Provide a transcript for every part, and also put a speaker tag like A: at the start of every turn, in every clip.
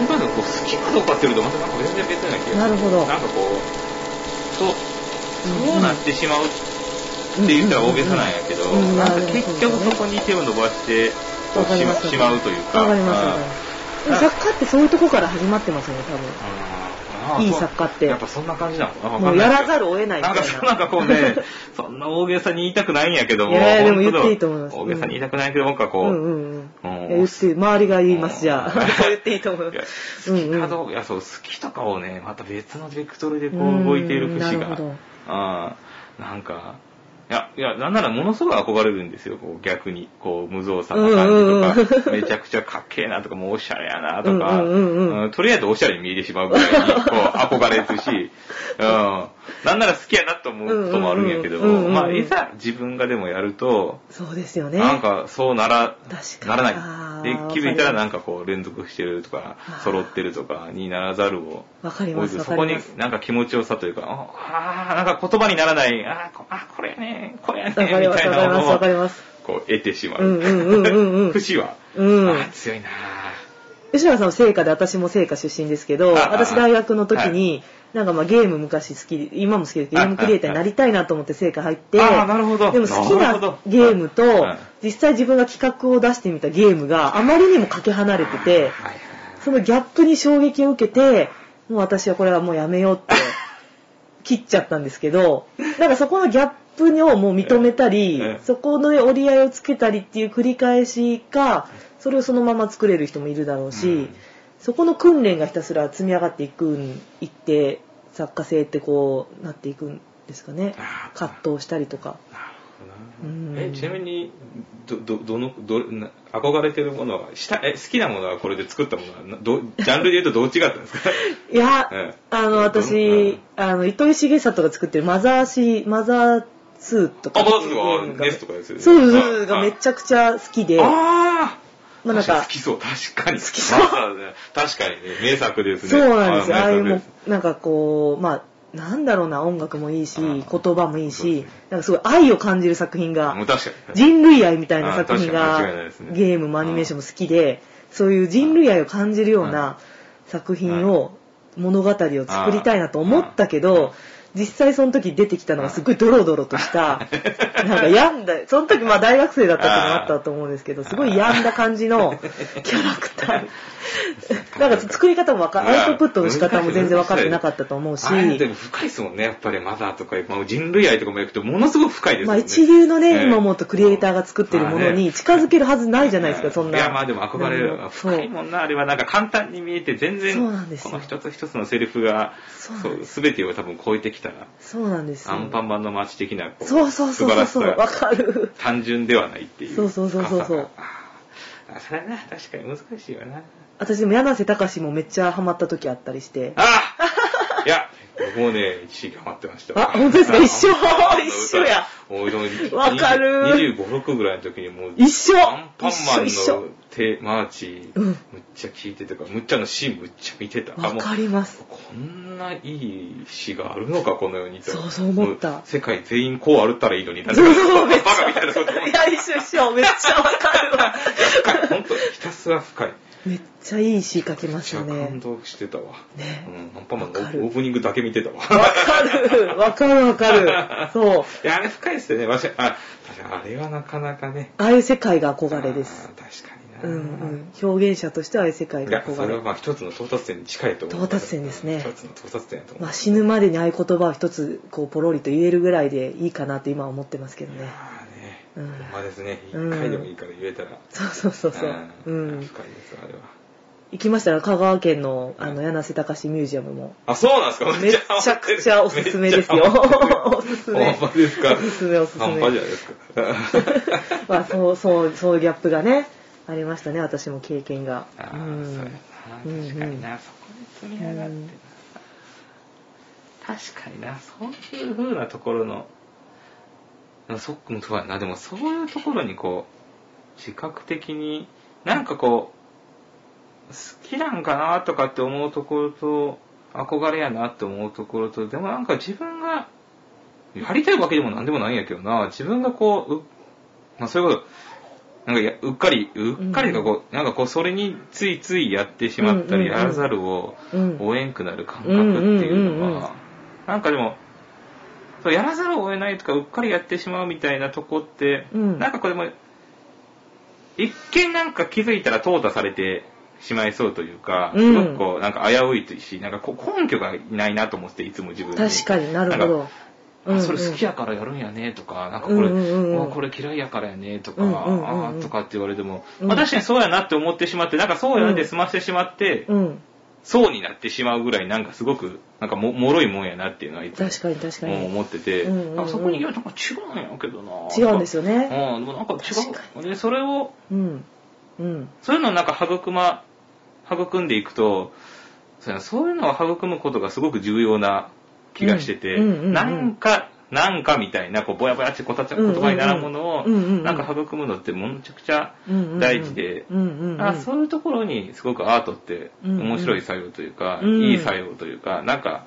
A: 今のこう好きかどうかっていうとまたなんか全然別な気
B: な
A: がする
B: るほど
A: なんかこうそうそうなってしまうって言ったら大げさなんやけど、
B: うんうんうん
A: なんか結局そこに手を伸ばしてこう
B: わか
A: し
B: り
A: ま
B: ます
A: しまうというか
B: わかりますわかり
A: うん
B: ますでも作家ってそういうとこから始まってますよね多分
A: あー
B: いい作家って
A: やっぱそんな感じなのかな
B: もうやらざるを得ないみた
A: ないん
B: な
A: かそうなんかこう ね、そんな大げさに言いたくないんやけども。
B: いやいやでも
A: 本当だ
B: 言っていいと思います
A: 大げさに言いたくないけど、なんかこう、
B: うんうん
A: う
B: うん
A: ん
B: いや言って周りが言いますじゃあ
A: うん
B: 言っていいと思い
A: いや
B: ますうん
A: 好
B: う
A: き
B: ん
A: かどうか、いや、そう、好きとかをね、また別のベクトルでこ
B: う
A: うん動いている節
B: なる
A: が
B: ほど、
A: あーなんか、いや、いや、なんならものすごい憧れるんですよ、こう逆に。こう、無造作な感じとか、
B: うんうんう
A: め
B: ん
A: ちゃくちゃかっけえなとか、もうおしゃれやなとか、
B: うんうんうんうん
A: うんとりあえずおしゃれに見えてしまうぐら いに、こう、憧れるし、うん。なんなら好きやなと思うこともあるんやけど
B: うんうんうんう
A: も、
B: ん
A: まあ、いざ自分がでもやると、
B: そうですよね
A: なんかそうなら
B: 確
A: なら
B: かにあ
A: ない。
B: ー
A: で気づいたらなんかこう連続してるとか
B: あー
A: 揃ってるとかにならざるを
B: わかり
A: 得
B: ます
A: ず
B: わ
A: そ
B: か
A: こ
B: り
A: に
B: ます
A: なんか気持ちよさというかああーなんか言葉にならないあーこあこれやねこれ やねみ
B: わか
A: た
B: ります
A: いなの
B: わ
A: を
B: かります
A: こう得てしま
B: うんうんうんうんうん
A: う節は
B: うん
A: あー強いな
B: 吉野さんは聖火で私も聖火出身ですけど
A: ああ
B: 私大学の時に、なんかまあゲーム昔好き今も好きですけど
A: あ
B: ゲームクリエイターになりたいなと思って聖火入って
A: ああなるほど
B: でも好き
A: な
B: な
A: るほど
B: ゲームと
A: はい
B: 実際自分が企画を出してみたゲームがあまりにもかけ離れてて
A: はいはい
B: そのギャップに衝撃を受けてもう私はこれはもうやめよう って切っちゃったんですけどなんかそこのギャップをもう認めたり、
A: ええええ
B: そこの折り合いをつけたりっていう繰り返しかそれをそのまま作れる人もいるだろうし、
A: うん
B: そこの訓練がひたすら積み上がっていくんいって作家性ってこうなっていくんですかね
A: あー
B: 葛藤したりとか。
A: なるほど
B: うん
A: なえちなみにどどどのどな憧れてるものはしたえ好きなものはこれで作ったものはなどジャンルで言うとどう違ったんですか
B: いや、
A: ええ
B: あの私、あの糸井重里が作ってるマザーシーマザー2とか
A: あマザー2とか
B: ゲームが
A: ネスとかですよね
B: そうそうが
A: はい
B: めちゃくちゃ好きで、
A: ああ
B: まあなんか
A: 好きそう確かに好
B: きそう
A: 確かにね名作ですね
B: そうなんですよ。ああいう
A: 名
B: も
A: 作です
B: うなんかこうまあなんだろうな音楽もいいし
A: あ
B: 言
A: ー
B: 葉もいい
A: そうです
B: し
A: ね
B: なんかすごい愛を感じる作品が
A: もう確かに
B: 人類愛みたいな作品
A: あー
B: が
A: 確かに間違いないですね
B: ゲームもアニメーションも好きでそういう人類愛を感じるような作品を物語を作りたいなと思ったけ
A: うん
B: ど実際その時出てきたのがすごいドロドロとしたなんか病んだその時まあ大学生だったってのもあったと思うんですけどすごい病んだ感じのキャラクタ ーなんか作り方もわかアウトプットの仕方も全然分かってなかったと思うし
A: ああいうのでも深いですもんねやっぱりマザーとか、まあ、人類愛とかもやくとものすごく深いですも
B: まあ
A: んね
B: 一流の
A: え
B: ね、
A: え
B: 今思うとクリエイターが作ってるものに近づけるはずないじゃないですか、そんな。
A: いや、まあでも憧れる
B: う。んそ。
A: 深いうもんな、あれはなんか簡単に見えて、全然、
B: そうなんです
A: こ
B: よ
A: の一つ一つのセリフが、
B: そうなんです
A: すべてを多分超えてきたら、
B: そうなんですよ。
A: アンパンマンの街的な、こ
B: そうそうそうそうそう、わかる。
A: 単純ではないっていう。
B: そうそうそうそうそう
A: 深さがあそれはな、確かに難しいわな。
B: 私でも柳瀬隆もめっちゃハマった時あったりして。
A: あ いや、僕もね、一時期ハマってました。
B: あ本当ですか
A: あ
B: 一緒
A: アンパンマンの歌
B: 一緒や。
A: もうでも
B: わかる
A: 25、6ぐらいの時にもう、
B: 一緒
A: アンパンマン
B: 一緒
A: の手、マーチ、
B: うん
A: むっちゃ聞いてたから、むっちゃのシーンむっちゃ見てた。
B: わかります。
A: こんないい詩があるのか、この世にと。
B: そうそう思った
A: もう世界全員こう歩ったらいいのに、
B: そうそう、めっち
A: バ
B: ゃ。
A: カみたいなこと思う
B: いや、一緒一緒、めっちゃわかる わ。
A: 深い。本当ひたすら深い。
B: めっちゃいい詩書きま
A: めっ
B: す
A: ち
B: よ
A: ゃ感
B: ね。
A: 動してたわ。
B: ね
A: うん、アンパンマンのオ
B: わかる
A: ープニングだけ見てたわ。
B: わかる、わかるわかる。そう。
A: いや、あれ深いですよね。わし、あ、確かにあれはなかなかね。
B: ああいう世界が憧れです。
A: あー。確か
B: う
A: に
B: ん
A: な。
B: うん。表現者としてはああいう世界
A: い
B: が
A: や、そ
B: 憧
A: れは
B: れ。
A: まあ一つの到達点に近いと思う。
B: 到達点ですね
A: 一つの到達点だと思う。
B: まあ、死ぬまでにああいう言葉を一つこうポロリと言えるぐらいでいいかなって今は思ってますけどね。
A: まあね、
B: う
A: ほ
B: ん
A: んまですね。一
B: うん
A: 回でもいいから言えたら。
B: そうそうそうそう。うん。
A: 深いです、あれは。
B: 行きましたら香川県のあの柳瀬隆ミュージアムも。
A: あ、そうなんですか
B: めちゃくちゃおすすめですよ。おすすめ。
A: ほんまですか
B: おすすめおすすめ
A: 半端じゃないですか。
B: まあそうそうそういうギャップがねありましたね私も経験が。
A: あ
B: う。
A: ーそうやなん確かにな、そこで積み上がってな、確かになそうい
B: うん
A: う風なところのでもそっもそうやなでもそういうところにこう自覚的になんかこう好きなんかなとかって思うところと憧れやなって思うところとでもなんか自分がやりたいわけでもなんでもないんやけどな自分がこううまあそういうことなんかやうっかりうっかりがこう、なんかこうそれについついやってしまったり、
B: うんうんうん
A: やらざるを
B: うん
A: 追えんくなる感覚っていうのは、
B: うんうんうんうん
A: なんかでもそうやらざるを得ないとかうっかりやってしまうみたいなとこって、
B: うん
A: なんかこれも一見なんか気づいたら淘汰されてしまいそうというか、
B: うん
A: すごくこうなんか危ういとしなんかこう根拠がないなと思っていつも自分に
B: 確かになるほど。
A: あそれ好き
B: や。
A: やからやるんやねとか、なんかこれ、
B: うんうんうん
A: あこれ嫌いやからやねとか、
B: うんうんうんうん
A: あーとかって言われても、
B: うん
A: まあ確かにそうやなって思ってしまって、なんかそうやなって済ましてしまって、
B: うん。
A: そうになってしまうぐらい、なんかすごく、なんかも、もろいもんやなっていうのはいつも
B: 確かに確か
A: もう
B: に。
A: 思ってて、
B: うんうんうん
A: あそこに、いや、なんか違うんやけどな
B: 違うんです
A: よ。
B: よね。
A: うん、でもなんか違
B: 確か
A: う。で、それを、
B: うん。うん。
A: そういうのをなんか育ま、育んでいくと、そうやなそういうのを育むことがすごく重要な気がしてて、
B: うんうんうんうん
A: なんか、なんかみたいな、こう、ぼやぼやってこたちゃ言葉にならんもの
B: うんうんうんうんうんう
A: を、
B: ん
A: なんか育むのってむちゃくちゃ、
B: 大
A: 大事で
B: うんうんうん。
A: あそういうところにすごくアートって
B: うんうん
A: 面白い作用というか、
B: うん
A: いい作用というか、なんか、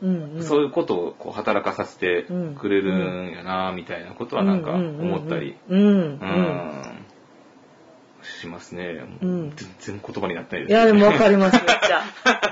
B: うんうん。
A: そういうことをこう働かさせてくれるんやな、みたいなことはなんか思ったり、
B: うんうん
A: う
B: うんうん。
A: ん、しますね。
B: うん
A: 全然言葉になってない
B: いや、でもわかり ます、めっちゃ。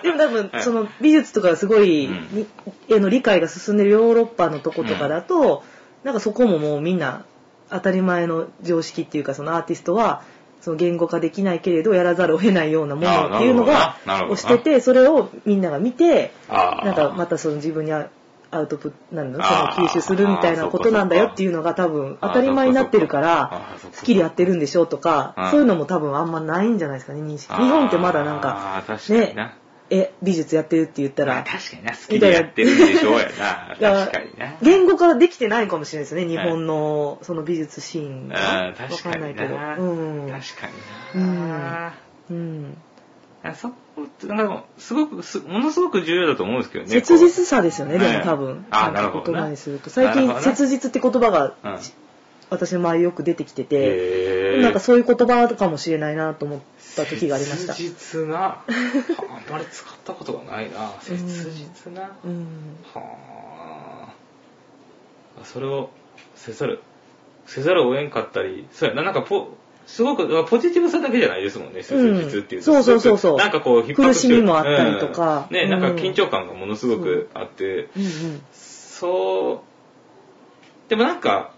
B: でも多分
A: は、い
B: その美術とかすごい、
A: うん
B: にへの理解が進んでるヨーロッパのとことかだと、なんかそこももうみんな当たり前の常識っていうか、そのアーティストは、その言語化できないけれど、やらざるを得ないようなも
A: あ
B: の
A: ー
B: っていうのが、
A: なるほどななるほどな
B: をしてて、それをみんなが見て、
A: あー
B: なんかまたその自分にアアウトプット、なんだろう
A: あー
B: その吸収するみたいなことなんだよっていうのが多分当たり前になってるから、
A: あーそっかそっかあーそっかそっか
B: 好きでやってるんでしょうと
A: う
B: か
A: ん、
B: そういうのも多分あんまないんじゃないですかね、認識。日本ってまだなんか、
A: あー確かにな。
B: え、美術やってるって言った
A: まあ
B: ら、
A: 確かにな、好きでやってるんでしょう やな。確かにな。
B: 言語化できてないかもしれないですよね、日
A: はい
B: 本のその美術シーンが。
A: あ
B: わ
A: ー確
B: か
A: か
B: んない
A: に
B: けど。
A: な。
B: うん。
A: 確かにな。
B: うん。
A: あそこって、なんかでもすごくす、ものすごく重要だと思うんですけどね。
B: 切実さですよね、で
A: は
B: も
A: い
B: 多分。
A: あー
B: んか
A: なるほどな
B: 言葉にすると。最近、切実って言葉が
A: こう。うん
B: 私の周りよく出てきてて、
A: へー
B: なんかそういう言葉かもしれないなと思った時がありました。
A: 切実な。はああんまり使ったことがないな。切実な。
B: うん。
A: はあそれをせざるせざるを得んかったりそうやななんかポすごくポジティブさだけじゃないですもんね切実っていうと、
B: うんそうそうそうそう
A: なんかこう逼迫してる
B: 苦しみもあったりとか
A: うんね
B: うん
A: なんか緊張感がものすごくあって、
B: うんうん。
A: そうでもなんか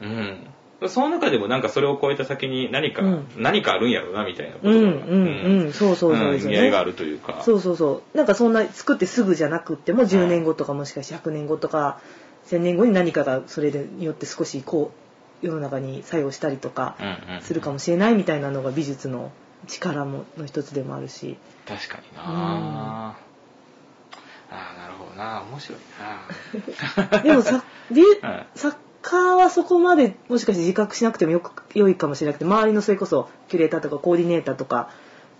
A: うんその中でもなんかそれを超えた先に何か、
B: うん
A: 何かあるんやろうなみたいなこと
B: う
A: が、
B: んうんうん、そうそううんそうです
A: 意
B: よ
A: 味合いがあ
B: ね。
A: るというか
B: そうそうそう。なんかそんな作ってすぐじゃなくっても10
A: はい
B: 年後とかもしかして100年後とか1000年後に何かがそれによって少しこう世の中に作用したりとか
A: うんうんうん
B: するかもしれないみたいなのが美術の力もの一つでもある し。
A: 確かにな、
B: うん
A: ああなるほどな面白い
B: でもさ、美
A: な、うん、
B: 作家はそこまでもしかして自覚しなくてもよく良いかもしれなくて周りのそれこそキュレーターとかコーディネーターとか、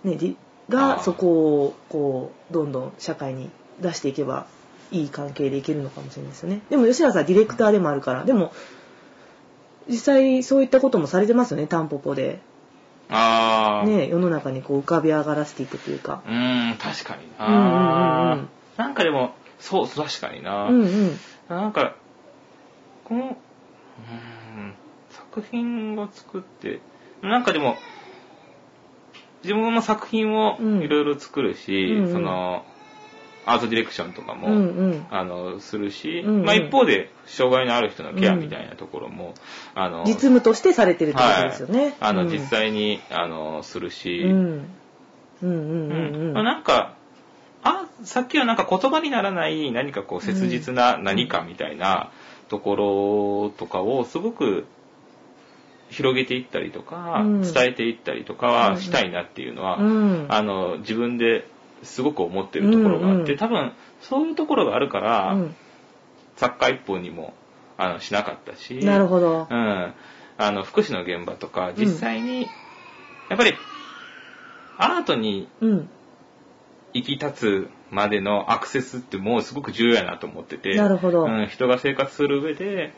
B: ね、り
A: あ
B: が
A: ー
B: そこをこうどんどん社会に出していけばいい関係でいけるのかもしれないですよねでも吉永さんはディレクターでもあるからでも実際そういったこともされてますよねタンポポで、
A: ああ、
B: ね、世の中にこう浮かび上がらせていくというか
A: うーん確かにな、
B: うんうんうんうん
A: なんかでもそうそう確かにな、
B: うんうん
A: なんかこのうーん作品を作ってなんかでも自分も作品をいろいろ作るし、
B: うんうんうん
A: そのアートディレクションとかも、
B: うんうん
A: あのするし、
B: うんうん
A: まあ、一方で障害のある人のケアみたいなところも、あの
B: 実務としてされてるってことですよね、
A: はい、あの
B: うん
A: 実際に、あのするし、
B: うんうんうんうんうん、
A: うんまあなんかあさっきはなんか言葉にならない何かこう切実な何かみたいなところとかをすごく広げていったりとか、
B: うん
A: 伝えていったりとかはしたいなっていうのは、
B: うん
A: あの自分ですごく思ってるところがあって、
B: うんうん
A: 多分そういうところがあるから、
B: うん
A: 作家一本にもあのしなかったし
B: なるほど
A: う。ん、あの福祉の現場とか実際に、やっぱりアートに
B: うん。
A: 行き立つまでのアクセスってもうすごく重要やなと思ってて
B: なるほど
A: うん、人が生活する上で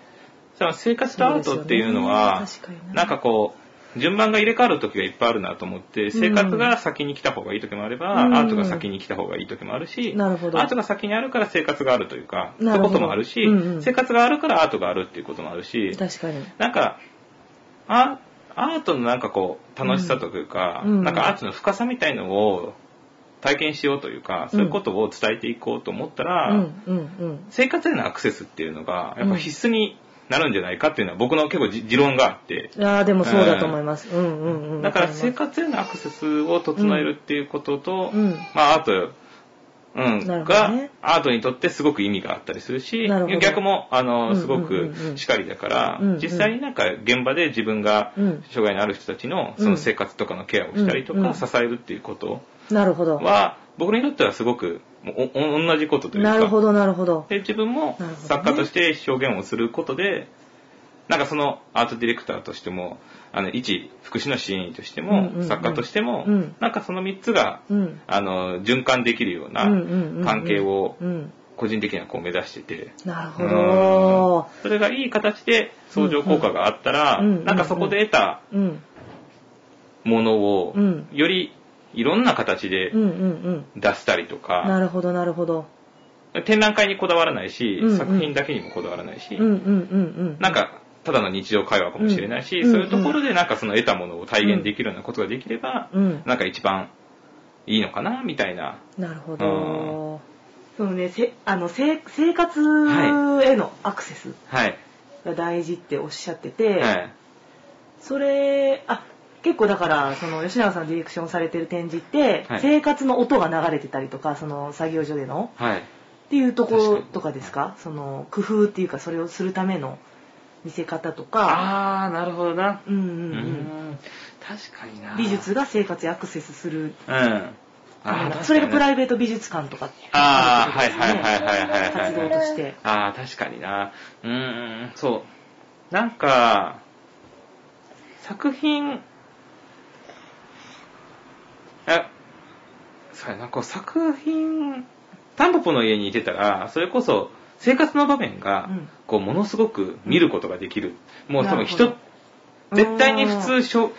A: その生活とアートっていうのは
B: そうですよね確かに
A: なんかこう順番が入れ替わる時がいっぱいあるなと思って生活が先に来た方がいい時もあれば、
B: うん
A: アートが先に来た方がいい時もあるし、
B: なるほど
A: アートが先にあるから生活があるというかそう
B: ないる
A: うこ
B: ほど
A: ともあるし、
B: うんうん
A: 生活があるからアートがあるっていうこともあるし
B: 確かに。
A: なんか、あ、アートのなんかこう、楽しさというか、
B: うんうん
A: なんかアートの深さみたいのを体験しようというか、そういうことを伝えていこうと思ったら、
B: うんうんうん
A: 生活へのアクセスっていうのが、やっぱ必須になるんじゃないかっていうのは僕の結構じ持論があって、
B: ああでもそうだと思います、うんうんうん
A: だから
B: わります
A: 生活へのアクセスを整えるっていうことと、
B: うん
A: まあアート、うん、
B: なるほど
A: が
B: ね
A: アートにとってすごく意味があったりするし、
B: なるほど
A: 逆も、あ
B: うんうんうんう
A: の、
B: ん
A: すごくしかりだから、
B: うんうん
A: 実際になんか現場で自分が
B: うん
A: 障害のある人たちの
B: うん
A: その生活とかのケアをしたりと
B: うんう
A: か、
B: ん
A: 支えるっていうこと
B: なるほど
A: は、僕にとってはすごくもうおお同じことというか、
B: なるほどなるほど
A: で自分も
B: なるほどね
A: 作家として表現をすることでなんかそのアートディレクターとしてもあの一福祉の支援員としても、
B: うんうんうん
A: 作家としても、
B: うん
A: なんかその3つが
B: うん
A: あの循環できるような
B: うんうんうん
A: 関係を
B: うん
A: 個人的にはこう目指してて。
B: なるほど
A: うんそれがいい形で相乗効果があったら、
B: うんうんうんうん
A: なんかそこで得た
B: うん
A: ものを、
B: うん
A: よりいろんな形で
B: うんうん
A: 出したりと
B: うん
A: か、
B: なるほどなるほど
A: 展覧会にこだわらないし、
B: うんうん
A: 作品だけにもこだわらないし、
B: うんうんうんうん
A: なんか、ただの日常会話かもしれないし、
B: うん
A: そういうところでなんかその得たものを体現できるようなことができれば、
B: うん
A: なんか一番いいのかな、みたいな。
B: なるほ
A: う
B: どそのねせあのせ生活へのアクセス
A: はい。
B: が大事っておっしゃってて、
A: はい。
B: それあ結構だからその吉永さんのディレクションされてる展示って、
A: はい
B: 生活の音が流れてたりとかその作業所での
A: はい。
B: っていうとこ
A: 確か
B: ろ
A: に
B: とかですかその工夫っていうかそれをするための見せ方とか
A: あー、なるほどな。
B: うん
A: う
B: うんうん
A: ん。確かにな。
B: 美術が生活へアクセスする
A: うん。あ
B: ため
A: ー
B: のそれがプラ
A: イ
B: イベート美術館とかって
A: あー、はいはいはいはいはいはい。
B: 活動として
A: あー、確かにな。うーん、そう。なんか、作品、あ、そうやな、こう作品、タンポポの家にいてたら、それこそ生活の場面が、
B: うん
A: こう、ものすごく見ることができる。もう多
B: な
A: 分
B: るほど
A: 人、絶対に普通しょ、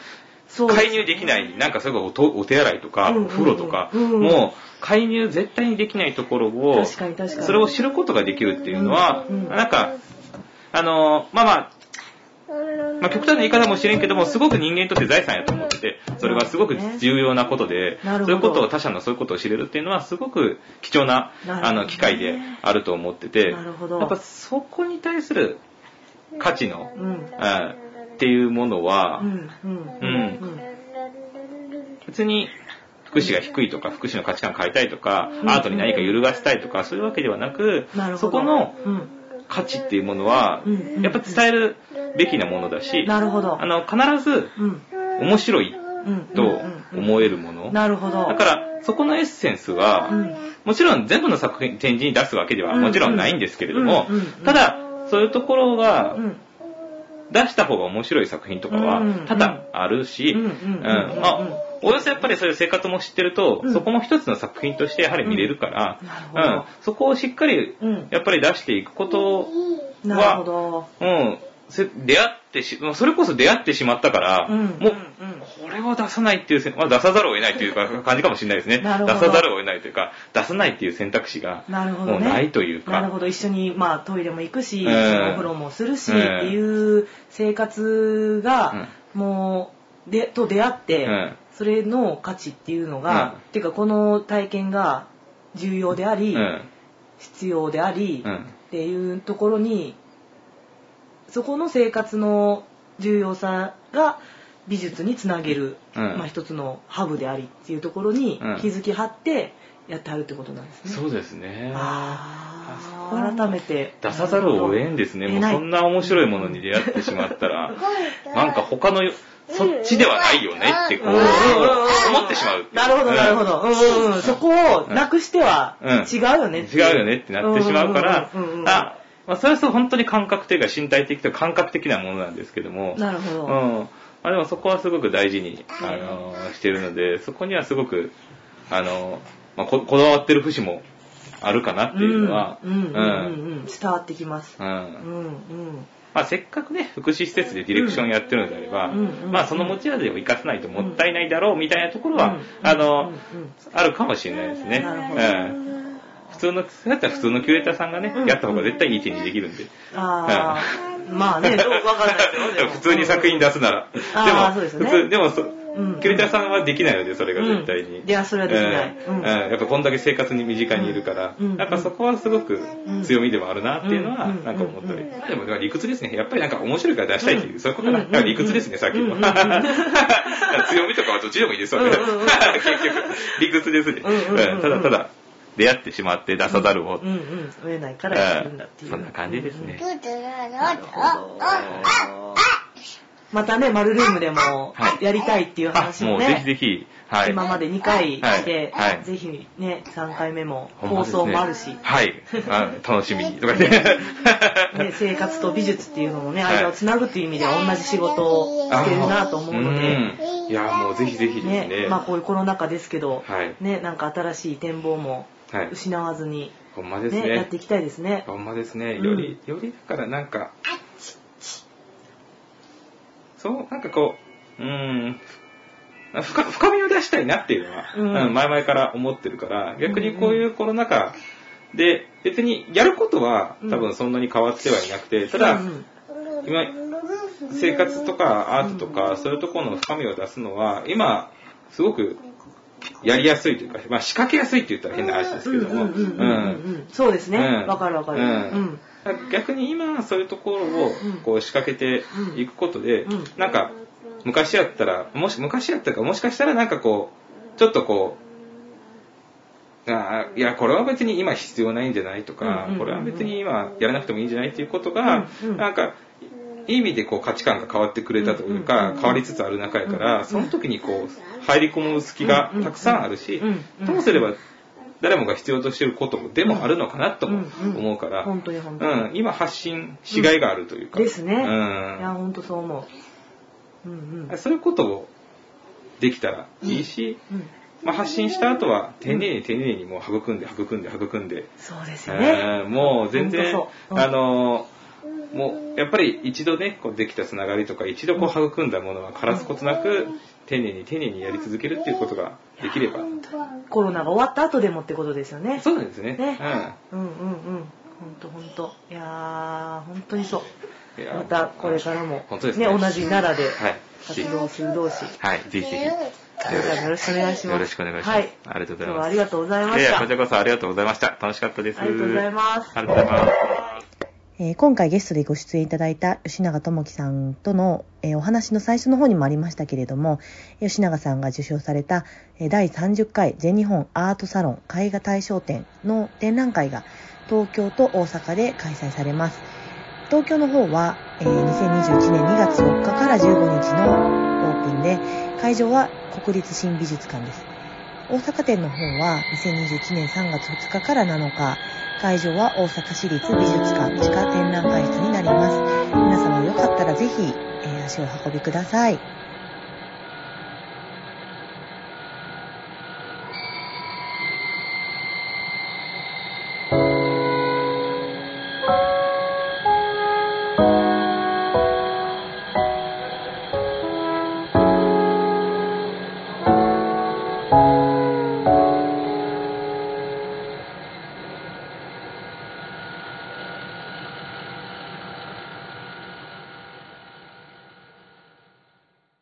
B: そうです
A: 介入できない、なんかそれこそおとお手洗いとか、
B: うんうんうん
A: お風呂とか、
B: うん
A: もう介入絶対にできないところを、
B: 確かに確かに
A: それを知ることができるっていうのは、
B: うんうん
A: なんか、あの、まあまあ、まあ、極端な言い方かもしれんけども、すごく人間にとって財産やと思ってて、それはすごく重要なことで、
B: なる
A: そ
B: ほど
A: ういうことを他者のそういうことを知れるっていうのは、すごく貴重な
B: なるほどね
A: あの機会であると思ってて、
B: なるほど
A: やっぱそこに対する価値の、
B: うん
A: あっていうものは、
B: うんうん
A: うん別に福祉が低いとか福祉の価値観変えたいとか、
B: うん
A: アートに何か揺るがしたいとかそういうわけではなく
B: なるほど
A: そこの
B: うん
A: 価値っていうものは、
B: うんうん
A: やっぱ伝えるべきなものだし、
B: なるほど
A: あの必ず
B: うん
A: 面白い
B: うん
A: と
B: うん
A: 思えるもの、
B: なるほど
A: だからそこのエッセンスは、
B: うん
A: もちろん全部の作品展示に出すわけではもちろんないんですけれども、
B: うんうんうん
A: ただそういうところが
B: うん
A: 出した方が面白い作品とかは
B: うん
A: 多々あるし、
B: う
A: うんん
B: うん
A: まあおよそやっぱりそういう生活も知ってると、
B: うん
A: そこも一つの作品としてやはり見れるから
B: うんなる、
A: う
B: ほ
A: ん
B: ど
A: そこをしっかり
B: うん
A: やっぱり出していくこと
B: なるほ
A: は、
B: ど
A: うん、せ出会ってし、それこそ出会ってしまったから、
B: うん
A: もう
B: うんうん
A: これを出さないっていうせん、まあ、出さざるを得ないというか感じかもしれないですね。出
B: なる
A: さ
B: ほど
A: ざるを得ないというか、出さないっていう選択肢が
B: なるほ
A: も
B: ど
A: う
B: ね
A: ないという
B: なるほ
A: か、
B: ど一緒に、まあ、トイレも行くし、
A: ええ
B: そのお風呂もするし、
A: ええ
B: っていう生活が、もうでと出会って、
A: ええ
B: それの価値っていうのが、
A: え
B: っていうかこの体験が重要であ
A: う
B: り、
A: ん、
B: 必要であり、
A: う
B: っ
A: ん、
B: ていうところにそこの生活の重要さが美術につなげる、
A: ええ
B: まあ、一つのハブでありっていうところに
A: ええ
B: 気づき張ってやってはるってことなんですね。
A: そうですね。
B: あ
A: あ
B: ー
A: そこ
B: 改めて
A: 出さざるを得んですね。もう
B: なるほど得ない
A: そんな面白いものに出会ってしまった ら、なんか他のよ、そっちではないよねってこう、
B: うんうんうんうん
A: 思ってしまう。
B: なるほどなるほ。ど、うんうんうん、そこをなくしては
A: うん
B: 違うよねって
A: 違うよねってなってしまうから
B: うんうんうんうんう、ん
A: あ、まあ、それはそう本当に感覚というか身体的というか感覚的なものなんですけども、
B: なるほど、
A: うん。まあでもそこはすごく大事に、あのーしてるので、そこにはすごく、あのーまあ、ここだわってる節もあるかなっていうのは、
B: うんうんうん
A: うん
B: うん伝わってきます、
A: う
B: うんんうん
A: まあ、せっかくね福祉施設でディレクションやってるのであれば、
B: うんうんうん
A: まあ、その持ち味を生かさないともったいないだろうみたいなところは、
B: うん
A: あの、
B: うんうん
A: あるかもしれないですね。
B: なるほ
A: うん普通の、そうやったら普通のキュレーターさんがね、やった方が絶対いい展示できるんで。
B: ああ、まあね、どうわかんないで すよでも。
A: 普通に作品出すなら。
B: あー
A: でも、
B: そうですよね
A: 普通、でもそ、
B: ん
A: 栗田さんはできないので、それが絶対に。
B: うんいやそれはできない
A: うん
B: うん
A: やっぱこんだけ生活に身近にいるから、
B: うん
A: なんかそこはすごく強みでもあるなっていうのは、
B: うん
A: なんか思ったり。
B: うん
A: まあでも、理屈ですね。やっぱりなんか面白いから出したいっていう、
B: うん
A: そういうことかな。
B: うん
A: なんか理屈ですね、さっきの。
B: うんうんうん
A: 強みとかはどっちでもいいですよね。
B: うんうんうん
A: 結局、理屈ですね。
B: うんうんうんうん
A: ただただ、出会ってしまって出さざるを。
B: うんうん、売れないからやってるんだっていう。
A: そんな感じですね。
B: なるほど。またね、マルルームでも
A: はい
B: やりたいっていう
A: あ、
B: 話
A: も
B: を
A: う
B: ね、
A: ぜひぜひ、はい。
B: 今まで2回して、
A: はいはい
B: ぜひね、3回目も
A: ほんま
B: 放
A: ですね
B: 送もあるし、
A: はい。あ楽しみに。とかね。
B: ね、生活と美術っていうのもね、
A: はい
B: 間をつなぐっていう意味では同じ仕事をしてるなと思うので、
A: うんいや、もうぜひぜひですね。
B: ね、まあこういうコロナ禍ですけど、
A: はい。
B: ね、なんか新しい展望も
A: はい。
B: 失わずに、
A: ほんまです
B: ね、やっ
A: ね
B: て。いきたいですね。
A: ほんまですね。より、よりだからなんか、そう、なんかこう、うーん。深深みを出したいなっていうのは、
B: うん
A: うん前々から思ってるから、逆にこういうコロナ禍で、別にやることは多分そんなに変わってはいなくて、ただ、
B: うん
A: 今生活とかアートとか、そういうところの深みを出すのは、今、すごくやりやすいというか、まあ仕掛けやすいって言ったら変な話ですけ
B: うん
A: ども、
B: うんうんうん
A: うん
B: うんそうですね。
A: うん
B: わかるわかる。う
A: うん
B: ん。
A: 逆に今、そういうところを
B: うん
A: こう仕掛けていくことで
B: うん、
A: なんか、昔やったら、もし、昔やったか、もしかしたらなんかこう、ちょっとこう、あーいや、これは別に今必要ないんじゃないと
B: うんうん
A: か
B: うんうん、
A: これは別に今やらなくてもいいんじゃないっていうことが
B: うんうん、
A: なんか、いい意味でこう価値観が変わってくれたという
B: う
A: か
B: ん、
A: 変わりつつある中やか
B: うん
A: ら、その時にこう、入り込む隙がたくさんあるし
B: うんうんうん、
A: ともすれば誰もが必要としていることもでもあるのかなとも
B: うんうん
A: 思うから、
B: 本当に本当に。
A: うん、今発信しがいがあるというか。
B: ですね。
A: う
B: いや、
A: ん。
B: 本当そう思う。うんうん。
A: そういうことをできたらいいし、
B: うん
A: まあ、発信した後は丁寧に丁寧にもう育んで育んで育んで、
B: そうですよね。
A: うんもう全然
B: ほんとそううん
A: あのーもうやっぱり一度ねこうできたつながりとか一度こう育んだものは枯らすことなく丁寧に丁寧にやり続けるっていうことができれば
B: コロナが終わった後でもってことですよね。
A: そうなんですね
B: ねうんうんうん。本当本当。いやー、本当にそう。
A: うんいや
B: またこれからも
A: 本当ですね
B: 同じ奈良で
A: はい
B: 活動する同士、
A: はいぜひぜ
B: これからもよろしくお願いします。
A: よろしくお願いします
B: はい。
A: ありがとうございます
B: 今日はありがとうござい
A: ひ
B: ま
A: い
B: し
A: や
B: た。
A: こちらこそありがとうございました楽しかったです
B: ありがとうございます
A: ありがとうございます
C: えー今回ゲストでご出演いただいた吉永智樹さんとの、えーお話の最初の方にもありましたけれども吉永さんが受賞された、えー第30回全日本アートサロン絵画大賞展の展覧会が東京と大阪で開催されます東京の方は、えー2021年2月4日から15日のオープンで会場は国立新美術館です大阪店の方は2021年3月2日から7日会場は大阪市立美術館地下展覧会室になります。皆様よかったらぜひ、えー足をお運びください。